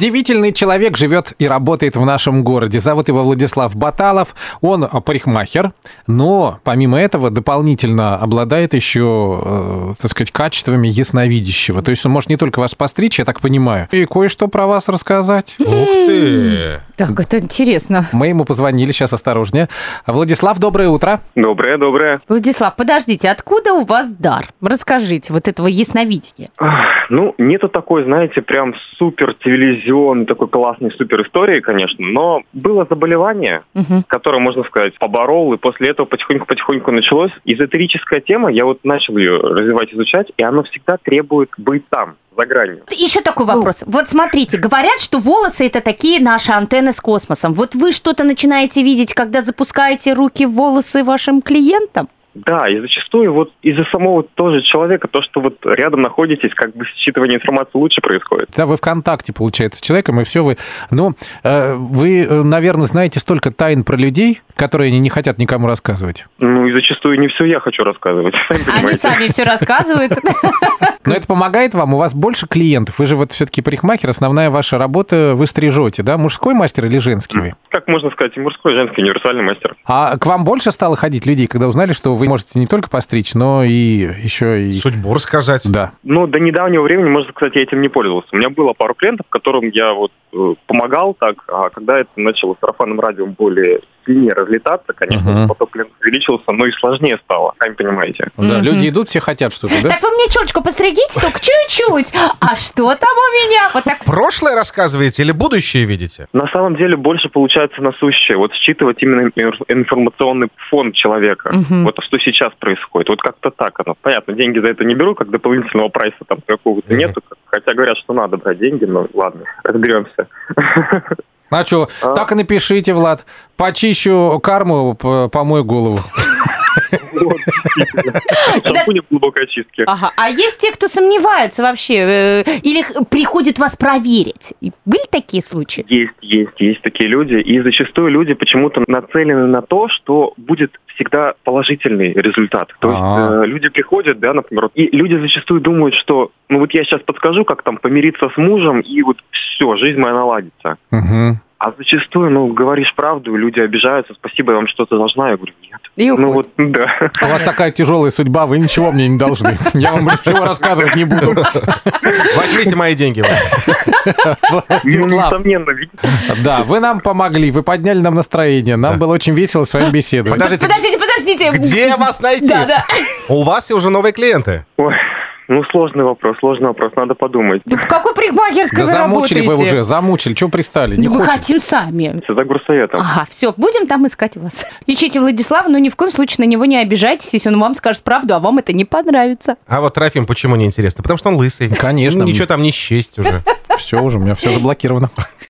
Удивительный человек живет и работает в нашем городе. Зовут его Владислав Баталов. Он э, парикмахер, но помимо этого дополнительно обладает еще, э, так сказать, качествами ясновидящего. То есть он может не только вас постричь, я так понимаю, и кое-что про вас рассказать. Ух ты! Так, это интересно. Мы ему позвонили, сейчас осторожнее. Владислав, доброе утро. Доброе, доброе. Владислав, подождите, откуда у вас дар? Расскажите, вот этого ясновидения. Ах, Ну, нету такой, знаете, прям супер телевизионной, такой классной супер истории, конечно, но было заболевание, Мгм. которое, можно сказать, поборол, и после этого потихоньку-потихоньку началось. Эзотерическая тема, я вот начал ее развивать, изучать, и она всегда требует быть там, за гранью. Еще такой Ну. вопрос. Вот смотрите, говорят, что волосы это такие наши антенны с космосом. Вот вы что-то начинаете видеть, когда запускаете руки в волосы вашим клиентам? Да, и зачастую вот из-за самого тоже человека, то, что вот рядом находитесь, как бы считывание информации лучше происходит. Да, вы в контакте, получается, с человеком, и все вы... Ну, э, вы, наверное, знаете столько тайн про людей, которые не хотят никому рассказывать. Ну и зачастую не все я хочу рассказывать, сами Они понимаете. А сами все рассказывают. Но это помогает вам, у вас больше клиентов. Вы же вот все-таки парикмахер, основная ваша работа, вы стрижете, да? Мужской мастер или женский вы? Как можно сказать, и мужской, и женский, универсальный мастер. А к вам больше стало ходить людей, когда узнали, что вы можете не только постричь, но и еще и... Судьбу рассказать. Да. Ну, до недавнего времени, можно сказать, я этим не пользовался. У меня было пару клиентов, которым я вот э, помогал так, а когда это начало с сарафанным радио более сильнее разлетаться, конечно, Мгм. поток клиентов увеличился, но и сложнее стало, сами понимаете. Да, Мгм. люди идут, все хотят что-то, да? Так вы мне челочку постригите только чуть-чуть. А что там у меня? Вот так. Прошлое рассказываете или будущее видите? На самом деле больше получается насущее, вот считывать именно инф- информационный фон человека, Мгм. вот что сейчас происходит, вот как-то так оно. Понятно, деньги за это не беру, как дополнительного прайса там какого-то Мгм. нету, хотя говорят, что надо брать деньги, но ладно, разберемся. А что, А. так и напишите, Влад. Почищу карму, п- помою голову. Вот, действительно. Шампунь в глубокой очистке. Ага. А есть те, кто сомневаются вообще, э, или х- приходит вас проверить? И Были такие случаи? Есть, есть, есть такие люди. И зачастую люди почему-то нацелены на то, что будет всегда положительный результат. То есть А. э, люди приходят, да, например, вот, и люди зачастую думают, что ну вот я сейчас подскажу, как там помириться с мужем, и вот все, жизнь моя наладится. Мгм. А зачастую, ну, говоришь правду, люди обижаются, спасибо, я вам что-то должна. Я говорю, нет. И ну уходят. вот, да. У вас такая тяжелая судьба, вы ничего мне не должны. Я вам ничего рассказывать не буду. Возьмите мои деньги. Вань. Ну, Владислав. несомненно, видите, Да, вы нам помогли, вы подняли нам настроение. Нам было очень весело с вами беседовать. Подождите, Подождите, подождите. где вас найти? Да, да. У вас и уже новые клиенты. Ой, ну, сложный вопрос, сложный вопрос, надо подумать. Ну, В какой парикмахерской Да вы замучили вы работаете? уже, замучили. Чего пристали? Не Ну, мы хочет. хотим сами. За грустсоветом. Ага, все, будем там искать вас. Ищите Владислава, но ни в коем случае на него не обижайтесь, если он вам скажет правду, а вам это не понравится. А вот Трофим почему не интересно? Потому что он лысый. Конечно. Ничего там не счесть уже. Все уже, у меня все заблокировано.